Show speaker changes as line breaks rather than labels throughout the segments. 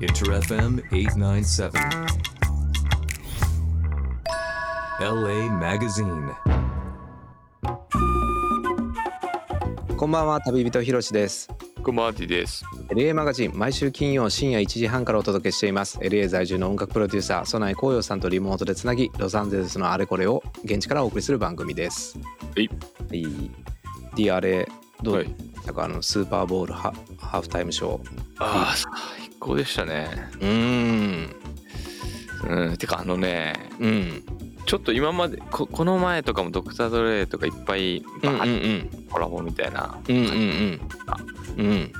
Inter FM 897. LA Magazine.
こんばんは旅人ひろしです
クマーティです。
LA マガジン毎週金曜深夜1時半からお届けしています LA 在住の音楽プロデューサーソナイコウヨウさんとリモートでつなぎロサンゼルスのあれこれを現地からお送りする番組です
はい
はい DRA どう
は
で
い
したか、あのスーパーボールハハーフタイムショー
ああ、最高でしたね。
うーん
うん、てかあのね、
うん
ちょっと今までここの前とかもドクター・ドレイとかいっぱい
うんう
バ
んう
ーッ
ん
コラボみたいな、
うんうんうんうん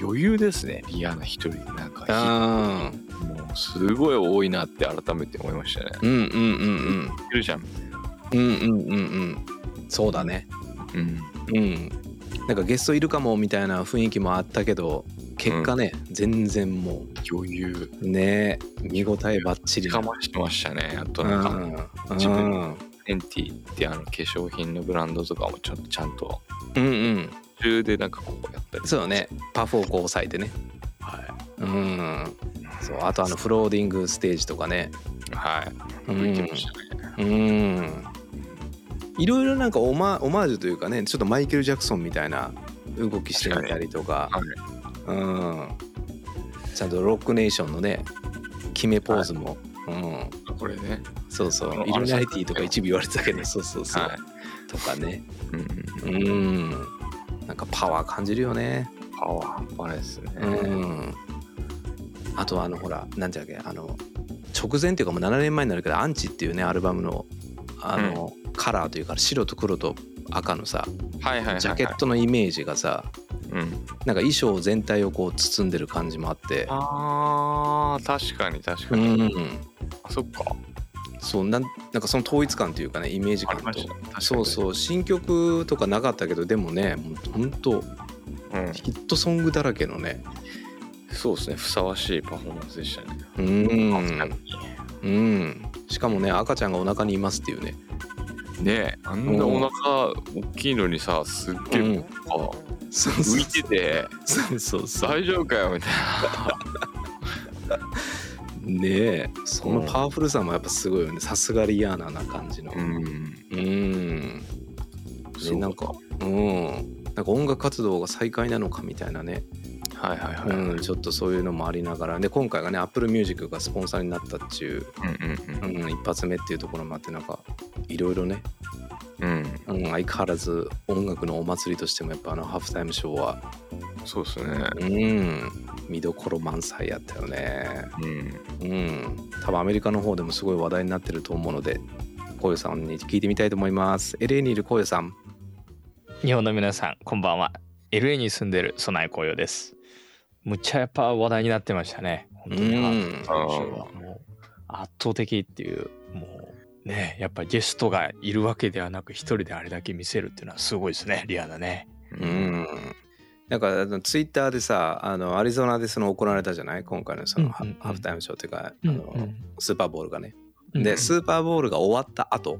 余裕ですね。リアーナ一人でなんか
あー
もうすごい多いなって改めて思いましたね。
うんうんうん
いるじゃん。
うんうんうんうんうんそうだね
うん。
うん、なんかゲストいるかもみたいな雰囲気もあったけど結果ね、全然も
余裕
うね見応えばっちり
かましてましたね。あと
う
なんん
う
か、
ん
自分エンティってあの化粧品のブランドとかもちょっとちゃんと
うんうん
途中でなんかこうやったり
そうだねパフォーこう抑えてね
は
うんそうあとあのフローディングステージとかね
い。はい。
うん
行きましたね。
うんいろいろなんかオマオマージュというかねちょっとマイケル・ジャクソンみたいな動きしてみたりとか
確
うんちゃんとロックネーションのね決めポーズも、うん
これね。
そうそ
あの
う、イルミナリティとか一部言われてたけど、そうそうそう、
はい。
とかね。
うんうん
う
う
ん、
ん
なんかパワー感じるよね。
パワー半端ないですね。
うん。あとあのほら、なんていうんだっけ、あの直前っていうかもう7年前になるけど、アンチっていうねアルバムのあの、カラーというか白と黒と赤のさ、
はいはいはいはい。
ジャケットのイメージがさ、
うん。
なんか衣装全体をこう包んでる感じもあって、
ああ、確かに確か
う
に。
ん、
あ、そっか。
そうなんなんかその統一感というかねイメージ
あ
感
りま
と
した。確かに
そうそう新曲とかなかったけどでもねもうほんと
うん。
ヒットソングだらけのね
そうですね。ふさわしいパフォーマンスでしたね。
う
確か
ん、
に
うん、しかもね赤ちゃんがお腹にいますっていうね
ねえ、あんなお腹大きいのにさ、すっげえ、
うん
あ
そう
浮いてて、
そうそうそう
大丈夫かよみたい
ねえそのパワフルさもやっぱすごいよねさすがリアーナな感じの
な。うん。
うんしなんかうんなんか音楽活動が再開なのかみたいなね、
はいはいはい。うん
うん、ちょっとそういうのもありながらで今回がね AppleMusic がスポンサーになったっちゅ
うん
う、うん、一発目っていうところもあってなんかいろいろね
うん。うん。
うん、相変わらず音楽のお祭りとしてもやっぱあのハーフタイムショーは
そうですね。
うん見どころ満載やったよね
うん。
うん多分アメリカの方でもすごい話題になってると思うのでこうよさんに聞いてみたいと思います LA にいるこうよさん
日本の皆さんこんばんは LA に住んでる備え紅葉ですむっちゃやっぱ話題になってましたね本当に
うん
ハーフの印象はもう圧倒的っていうもうねやっぱゲストがいるわけではなく一人であれだけ見せるっていうのはすごいですねリアだね
う。んなんかあのツイッターでさあのアリゾナでその行われたじゃない今回のそのハ,、
うんうんうん
ーフタイムショーっていうか、
うん
あのスーパーボールがね、
うん
でスーパーボールが終わった後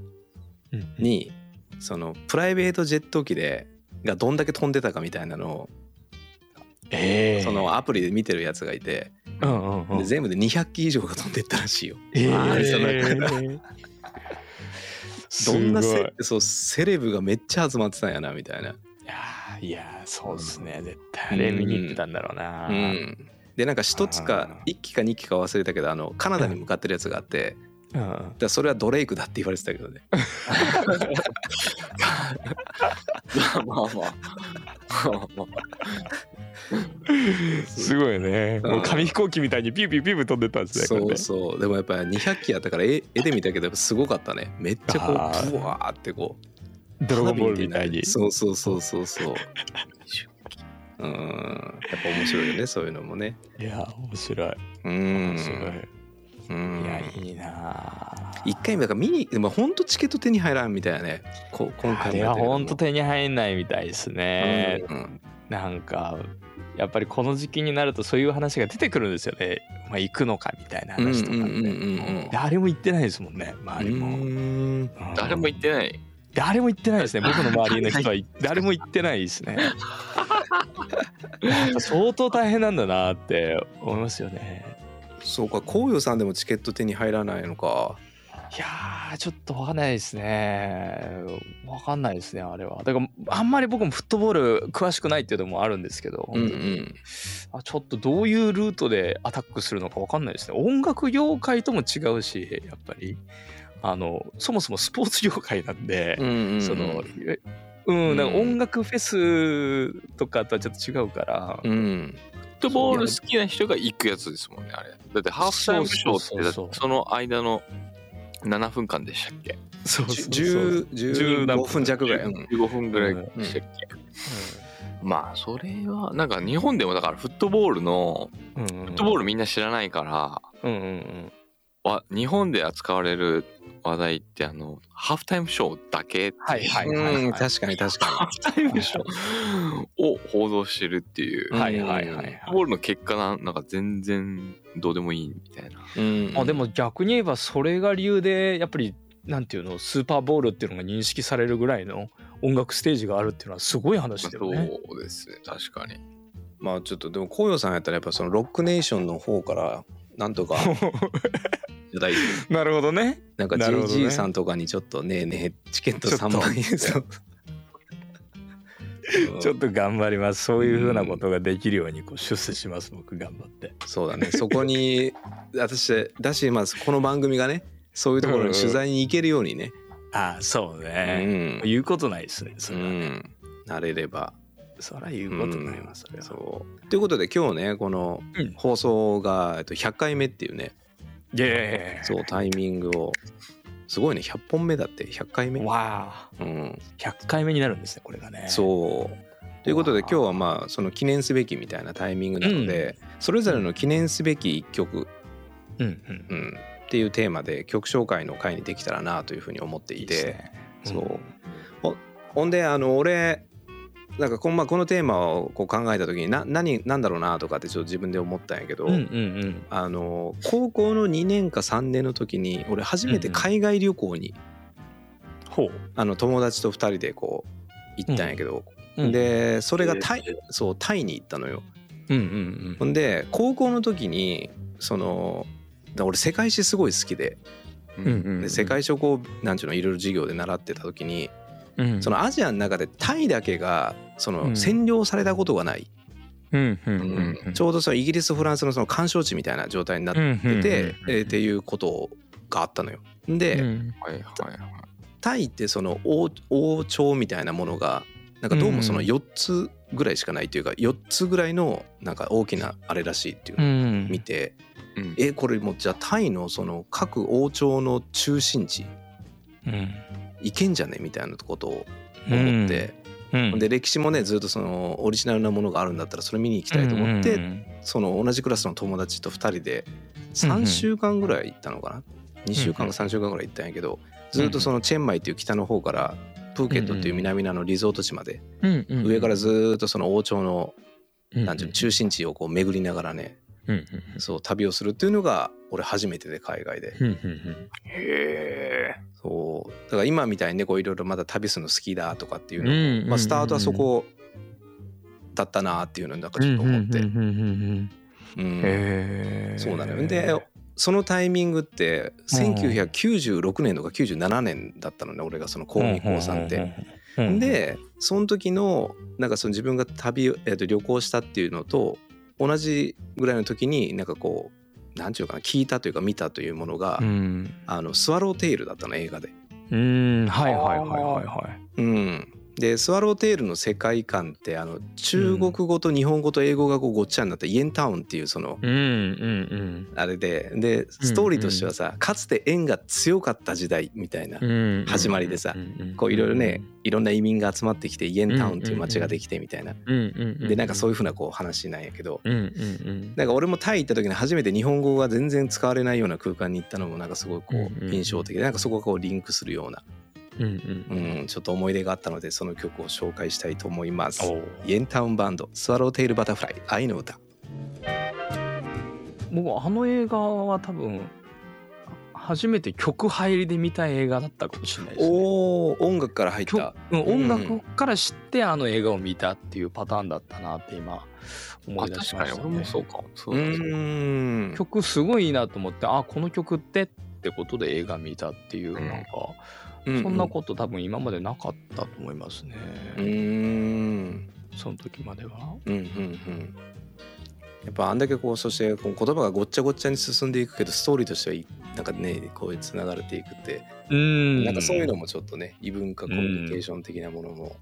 うん
にそのプライベートジェット機でがどんだけ飛んでたかみたいなのを
ええ
そのアプリで見てるやつがいて、
うんうんうん
で全部で200機以上が飛んでったらしいよ。
ええ
アリゾナ
す
ど
ごい
んなセそうセレブがめっちゃ集まってたんやなみたいな。
いやーいやーそうですね絶対あれ見に行ってたんだろうな、
うん、でなんか1つか
あー
1機か2機か忘れたけどあのカナダに向かってるやつがあって だか
うんうん
らそれはドレイクだって言われてたけど ね。
まあまあまあ。まあまあ
すごいね。
うん
もう紙飛行機みたいにピューピューピューピュー飛んでたんですね。
そ
これ
う
ね
そうでもやっぱり200機やったから絵絵で見たけどやっぱすごかったねめっちゃこ
あー
うブワーってこう
ドラゴンボールみたいに。
そうそうそうそうそううんやっぱ面白いよねそういうのもね
いや、面白い。
うん
面白い。
うん
いや、いいなあ
一回だから見にでも本当チケット手に入らんみたいなねこ今
あ
回
れは本当
手
手に入んないみたいですね。なんか、やっぱりこの時期になるとそういう話が出てくるんですよね。まあ、行くのかみたいな話とか
うんうんうんうんうん
ね。誰も行ってないですもんね、周りも。
ん
うん
誰も行ってない。
誰も行ってないですね。僕の周りの人は誰も行ってないですね。相当大変なんだなって思いますよね。
そうか紅葉さんでもチケット手に入らないのか
いやー、ちょっとわかんないですね。わかんないですね、あれは。だから、あんまり僕もフットボール詳しくないっていうのもあるんですけど、
うんうん
あちょっとどういうルートでアタックするのかわかんないですね。音楽業界とも違うし、やっぱり、あの、そもそもスポーツ業界なんで、
うんうんうん
その、えうん、なんか
うん
音楽フェスとかとはちょっと違うから、
うん
フットボール好きな人が行くやつですもんねあれだってハーフタイムショーってだってその間の7分間でしたっけ
そうそうそう。
10 15分弱ぐらい、うん、
15分ぐらいでしたっけ、まあそれはなんか日本でもだからフットボールの
うんうん
フットボールみんな知らないから、
うんうんうん。
わ日本で扱われる話題ってあのハーフタイムショーだけって
はいはいはい
うん確かに確かに
ハーフタイムショーを報道してるっていう、
うん
はいはいはいは
フ
い
ットボールの結果なんなんか全然どうでもいいみたいな
うん
まあでも逆に言えばそれが理由でやっぱりなんていうのスーパーボールっていうのが認識されるぐらいの音楽ステージがあるっていうのはすごい話だよね。
そうですね確かに
まあちょっとでも紅葉さんやったらやっぱそのロックネーションの方からなんと か
なるほどね。
なんか
なるほどね
JG さんとかにちょっとねえねえチケット3万円
ちょ
そ
っ
う
ちょっと頑張ります。そういうふうなことができるようにこう出世します。僕頑張って。
そうだねそこに私だしまあこの番組がねそういうところに取材に行けるようにね、
ああそう
う
ね。
ん
言うことないですね。そうれはね。
ん、なれれば
それは言うことないわ。それは。
そうということで今日ねこの
うん
放送がえっと100回目っていうね
いやいやいやいや
そうタイミングをすごいね100本目だって100回目、
わあ。
うん、
100回目になるんですね。これがね。う。
そうということで今日はまあその記念すべきみたいなタイミングなので、それぞれの記念すべき1曲、
うんうん。
うん、っていうテーマで曲紹介の回にできたらなというふうに思って
い
い
い
て
ですね。
そうほんであの俺なんかこの,、まあ、このテーマをこう考えた時にな何何だろうなとかってちょっと自分で思ったんやけど、
うんうんうん。
あの高校の2年か3年の時に俺初めて海外旅行に、
ほ
あの友達と2人でこう行ったんやけど、
う。、
でそれがタイ、
え
そうタイに行ったのよ。
うんうん
ほんで高校の時にそのだ俺世界史すごい好きで
うん。うんうんう
で
ん。
世界史をこうなんちゅうのいろいろ授業で習ってた時に
うん。
そのアジアの中でタイだけがその
うん
占領されたことがない、
うんうんうんうん。
ちょうどそのイギリスフランスのその干渉地みたいな状態になっ
う
て
んうんうん
て、えーっていうことがあったのよ。で、
うん
はいはいはい
タイってその王王朝みたいなものがなんかどうもその
うん
4つぐらいしかないというか4つぐらいのなんか大きなあれらしいっていう
う
のを
ん
見て、
うん
えこれもうじゃあタイのその各王朝の中心地
うん
いけんじゃねみたいなことを思って、
うん
で歴史もねずっとそのオリジナルなものがあるんだったらそれ見に行きたいと思って、
うんうんうん
その同じクラスの友達と2人で
うんう
3
ん
週間ぐらい行ったのかな、2週間か3週間ぐらい行ったんやけどずっとそのチェンマイっていう北の方からプーケットっていう南のあのリゾート地まで
うんうんうん
上からずっとその王朝の
うんうん
なんていうの中心地をこう巡りながらね
うんうん
そう旅をするっていうのが俺初めてで海外で
うんうんうん
へえ
そうだから今みたいにねこういろいろまだ旅するの好きだとかっていう
うん
の、
うんうん
まあ、スタートはそこだったなっていうのをなんかちょっと思って。
うんうんうんうん
うん
へえ
そうなのよでそのタイミングって1996年とか97年だったのね俺がその高2高3って。
うんうんうん
でその時のなんかその自分が旅、えーと旅行したっていうのと同じぐらいの時になんかこうなんていうかな聞いたというか見たというものが「
うん
あのスワローテイル」だったの映画で。
うんはいはいはいはいはい
うんでスワローテイルの世界観ってあの中国語と日本語と英語がこうごっちゃになったイエンタウンっていうその
うんうん
あれででストーリーとしてはさ、かつて縁が強かった時代みたいな、
うんうん
始まりでさ
うんうんうん
こういろいろねいろんな移民が集まってきてイエンタウンっていう街ができてみたいな、
うんうんうん
でなんかそう
う
いうふうなこう話なんやけど、
うんうん
なんか俺もタイ行った時に初めて日本語が全然使われないような空間に行ったのもなんかすごいこ
うんうん
う
うん
印象的でなんかそこがこうリンクするような、
うんうん
うん、ちょっと思い出があったのでその曲を紹介したいと思います。
お
イエンタウンバンドスワローテイルバタフライ愛の歌
もうあの映画は多分は初めて曲入りで見た映画だったかもしれないですね。
おお音楽から入っ
曲
た
うん音
う
楽
ん
から知ってあの映画を見たっていうパターンだったなって今思
あ
い出
確
し
か
ま
に
した
俺
ね。
もそうかもそううだそうだ
ーん
曲すごいいいなと思ってあこの曲ってってことで映画見たっていうなんか、
うん
そんなこと多分今までなかったと思いますね、
うーん
その時までは。
うんうんうんやっぱあんだけこうそしてこう言葉がごっちゃごっちゃに進んでいくけどストーリーとしてはいなんかねこうつながれていくって、
うん
なんかそういうのもちょっとね異文化コミュニケーション的なものも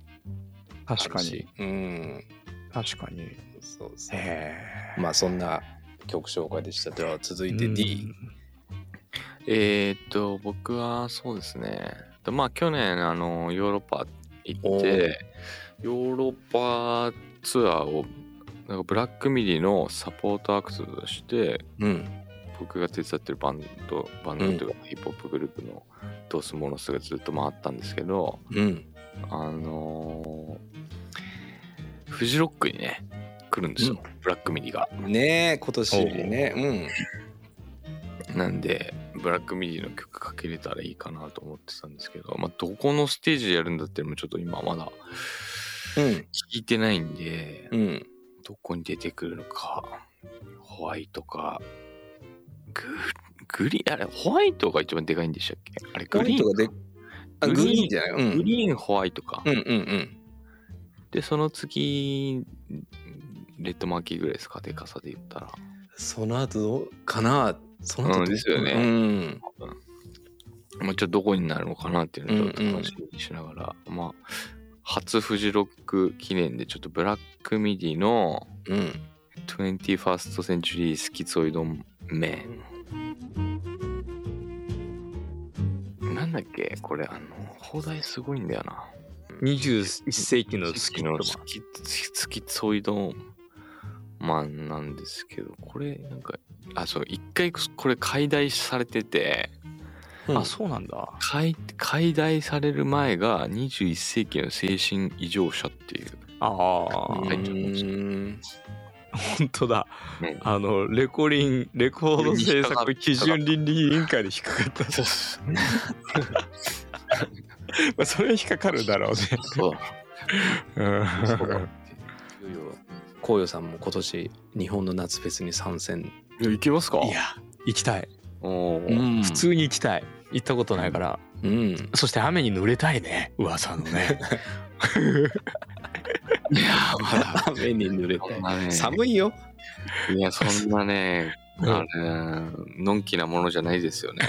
あるし
確かに
うん
確かに。
そうそう
え
まあそんな曲紹介でしたでは続いて D
えーっと僕はそうですねでまあ去年あのヨーロッパ行っ
お
てヨーロッパツアーをなんかブラックミディのサポートアクトとして
うん
僕が手伝ってるバンドバンドというかヒップホップグループのドスモノスがずっと回ったんですけど
うん
あのーフジロックにね来るんですよ、ブラックミディが。
ねえ今年ね
なんでブラックミディの曲かけれたらいいかなと思ってたんですけど、まあ、どこのステージでやるんだっていうのもちょっと今まだ
うんうん
聞いてないんで、
うん
どこに出てくるのかホワイトかググリーンあれホワイトが一番でかいんでしたっけあれグリーン
ホワイトがであグリーンじゃないうん
グリーンホワイトか、
うんうん
でその次レッドマーキーぐらいですかでかさで言ったら
その後どうかなその後ど
うんですよね
うん
まあ、ちょっとどこになるのかなっていうのをちょっと楽しみにしながら、まあ、初フジロック記念でちょっとブラックミディの
うん
21st Century スキツオイドメン。なんだっけこれ、あの、放題すごいんだよな。
21世紀の好きな
スキスキツオイドマンなんですけど、これ、なんか、あ、そう、一回これ解体されてて、
うん
あそうなんだ。
解解体される前が21世紀の精神異常者っていう
ああ、
う
本
入ってます
うん
当だ
うん。
あのレコリンレコード制作基準倫理委員会で引っかかった。 まあそれは引っかかるだろうね。
そう
うん
そうだ
いよいよ紅葉さんも今年日本の夏フェスに参戦、
いや行けますか
いや行きたい。
おー
普通に行きたい。行ったことないから。
うん
そして雨に濡れたいね。噂のね。
いやまだ
雨に濡れ
そんなね
て寒いよ
いやそんなね
うん
あれのんきなものじゃないですよね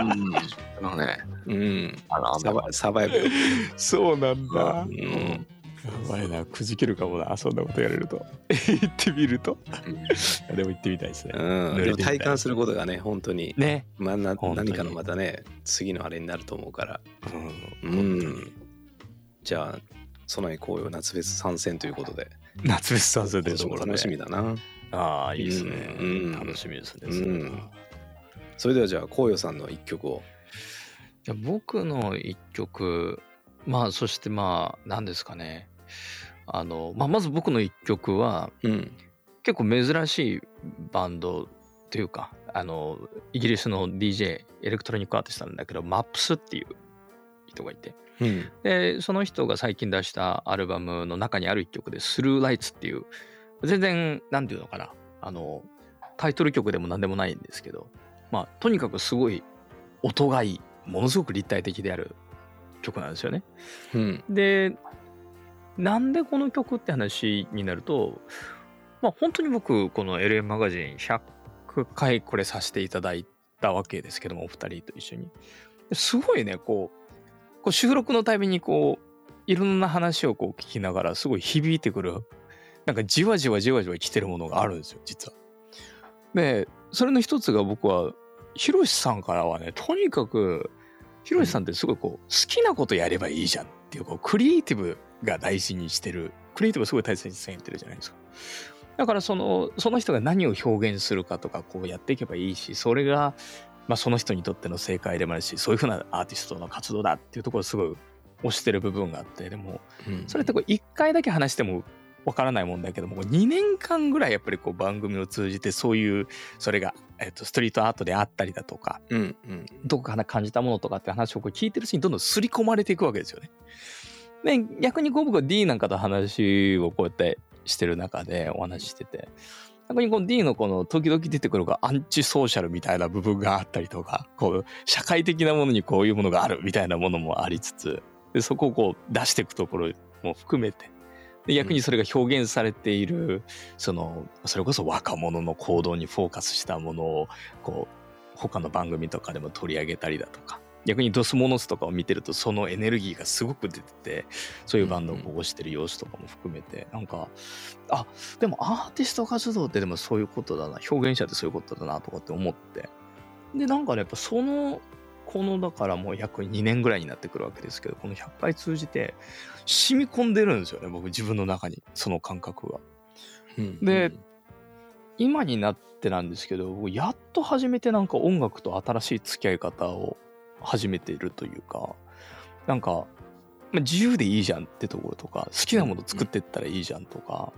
あのね
うん
あの
サバサバイバル
そうなんだ。
う
うん
やばいな、くじけるかもな、そんなことやれると。 行ってみると。
うん
でも行ってみたいですね。
うん、
濡れ
で
て
も
みたい
体感することがね本当に、
ね。
まあ、な
本当に
何かのまたね次のあれになると思うからう
本当
んじゃあその紅葉夏フェス参戦ということで
夏フェスさんそれで
今年も楽しみだな
ああ、いいですね
うんうん。
楽しみですね。
うん
それは
それではじゃあ紅葉さんの一曲を
じゃあ僕の一曲、まあ、そしてまあ、何ですかね。あの、まあ、まず僕の一曲は、
うん
結構珍しいバンドというか、あの、イギリスの DJ、エレクトロニックアーティストなんだけど、マップスっていう人がいて、
うん
でその人が最近出したアルバムの中にある一曲で「スルーライツ」っていう全然何て言うのかなあのタイトル曲でも何でもないんですけどまあとにかくすごい音がいいものすごく立体的である曲なんですよね。
うん
でなんでこの曲って話になるとまあ本当に僕この LM マガジン100回これさせていただいたわけですけどもお二人と一緒にですごいねこうこう収録のたびにこういろんな話をこう聞きながらすごい響いてくるなんかじわじわじわじわ来てるものがあるんですよ実は。でそれの一つが僕はひろしさんからはねとにかくひろしさんってすごいこう好きなことやればいいじゃんっていうこうクリエイティブが大事にしてるクリエイティブをすごい大切にしてるじゃないですか。だからそのその人が何を表現するかとかこうやっていけばいいしそれが、まあ、その人にとっての正解でもあるしそういうふうなアーティストの活動だっていうところをすごい推してる部分があってでも
うん
それってこう一回だけ話してもわからないもんだけども2年間ぐらいやっぱりこう番組を通じてそういうそれが、えっとストリートアートであったりだとか
うんうん
どこから感じたものとかって話をこう聞いてるうちにどんどん刷り込まれていくわけですよね。で逆にこう僕は D なんかと話をこうやってしてる中でお話ししてて逆にこの D のこの時々出てくるこうアンチソーシャルみたいな部分があったりとかこう社会的なものにこういうものがあるみたいなものもありつつでそこをこう出していくところも含めてで逆にそれが表現されているそのそれこそ若者の行動にフォーカスしたものをこう他の番組とかでも取り上げたりだとか逆にドスモノスとかを見てるとそのエネルギーがすごく出ててそういうバンドをこう推してる様子とかも含めてなんかあでもアーティスト活動ってでもそういうことだな表現者ってそういうことだなとかって思ってでなんかねやっぱそのこのだからもう約2年ぐらいになってくるわけですけどこの100回通じて染み込んでるんですよね僕自分の中にその感覚が。
うん
で今になってなんですけど僕やっと初めてなんか音楽と新しい付き合い方を始めているというかなんか、まあ自由でいいじゃんってところとか好きなもの作ってったらいいじゃんとか、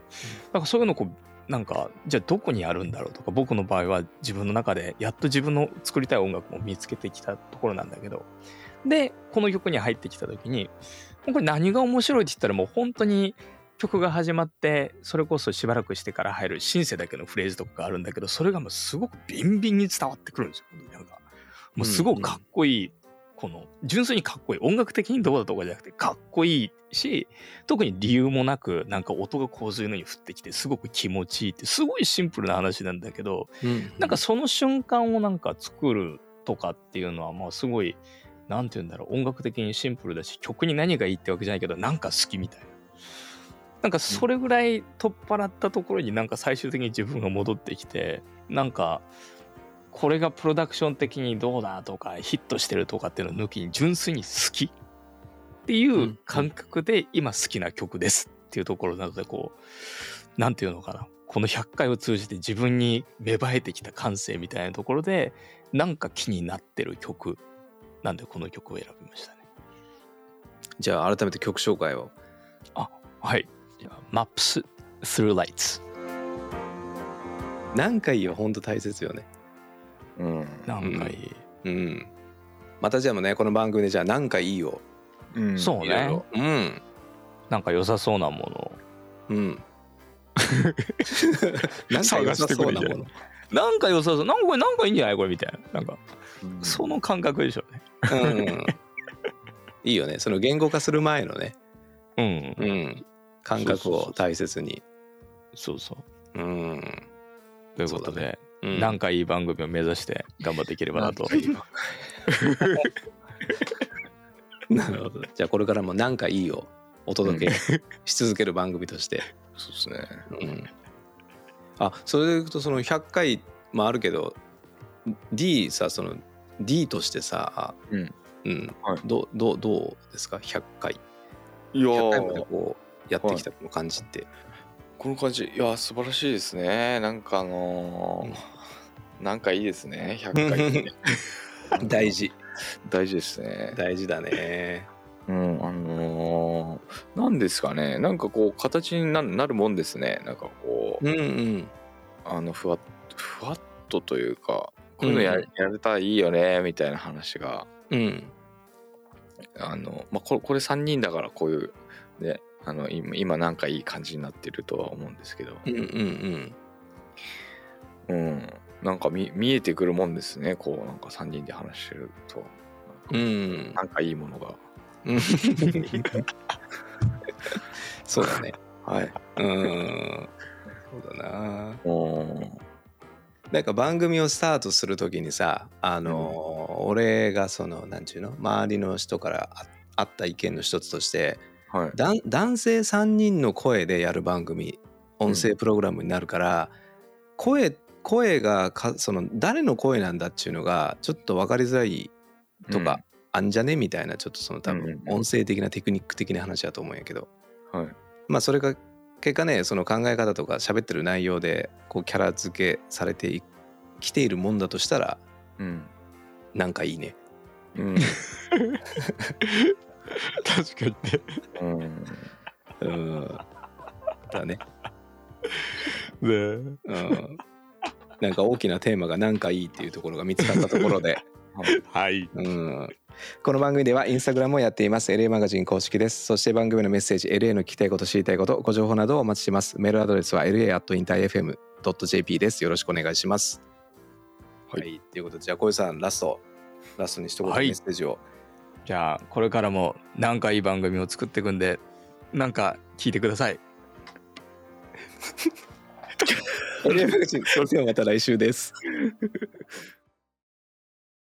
なんかそういうのこうなんかじゃあどこにあるんだろうとか僕の場合は自分の中でやっと自分の作りたい音楽も見つけてきたところなんだけどでこの曲に入ってきた時にこれ何が面白いって言ったらもう本当に曲が始まってそれこそしばらくしてから入るシンセだけのフレーズとかがあるんだけどそれがもうすごくビンビンに伝わってくるんですよ。なんかもうすごくかっこいいこの純粋にかっこいい音楽的にどうだとかじゃなくてかっこいいし特に理由もなくなんか音が洪水のように降ってきてすごく気持ちいいってすごいシンプルな話なんだけど
うん
なんかその瞬間をなんか作るとかっていうのはまあすごいなんて言うんだろう音楽的にシンプルだし曲に何がいいってわけじゃないけどなんか好きみたいな。なんかそれぐらい取っ払ったところになんか最終的に自分が戻ってきてなんかこれがプロダクション的にどうだとかヒットしてるとかっていうのを抜きに純粋に好きっていう感覚で今好きな曲ですっていうところなのでこうなんていうのかなこの100回を通じて自分に芽生えてきた感性みたいなところでなんか気になってる曲なんでこの曲を選びましたね。
じゃあ改めて曲紹介を
はい。じゃあ Maps Through Lights。
何回よほんと大切よね
うん。
なんかいい。
うんまたじゃあもうねこの番組でじゃあ何回いいよ
うん
そう
いろい
ね
ろ。うん
なんか良さそうなものを
うん 何か良さそうなもの
なんか良さそう。なんかこれ、なんかいいんじゃないこれみたいな。なんか、
うん
その感覚でしょうね。
うんいいよねその言語化する前のね、
うん。
うん、感覚を大切に
そうそう。
うん
ということ
そうだ
で、
うん
なんかいい番組を目指して頑張っていければなと。
なるほどじゃあこれからも何かいいをお届けし続ける番組として、
そうですね。
うん、あそれでいくとその100回もあるけど D さその D としてさ、
うん
うん
はい
どうどうどうですか100回
いや
100回まで
ー
こうやってきたこの感じって、
この感じいやー素晴らしいですね。なんかあのーなんかいいですね。100回 ってね
大事
大事ですね。
大事だね
うん、あのー、なんですかね、なんかこう、形にななるもんですね、なんかこう、
うんうん
あのふわっ、ふわっとというか、こういうのや,、
うん
やれたらいいよね、みたいな話が、
うん
あの、まあ、これ、これ3人だから、こういう、ね、あの今、今なんかいい感じになってるとは思うんですけど、
うんうんうん
うん、なんか見見えてくるもんですね、こう、なんか3人で話してると、
うん
なんかいいものが。
そうだね
はい。
うんそうだな
うん
なんか番組をスタートする時にさあのー、俺がそのなんていうの周りの人からああった意見の一つとして
はい。
だん男性3人の声でやる番組音声プログラムになるから、声声がかその誰の声なんだっていうのがちょっと分かりづらいとか、あんじゃねみたいなちょっとその多
うん
分
うんうん
音声的なテクニック的な話だと思うんやけど
うん、はい。
まあそれが結果ねその考え方とか喋ってる内容でこうキャラ付けされていきているもんだとしたら
うん。
なんかいいね。
うん。
確かにね。
うん
うんったね、
で
うん、なんか大きなテーマがなんかいいっていうところが見つかったところで
はい
うんこの番組ではインスタグラムをやっています LA マガジン公式ですそして番組のメッセージ LA の聞きたいこと知りたいことご情報などをお待ちしてますメールアドレスは la.interfm.jp ですよろしくお願いしますは、
はい
ということでじゃあ小遊さんラストラストに一言メ
はい
ッセージを、
じゃあこれからもなんかいい番組を作っていくんでなんか聞いてください
LA マガジンそれではまた来週です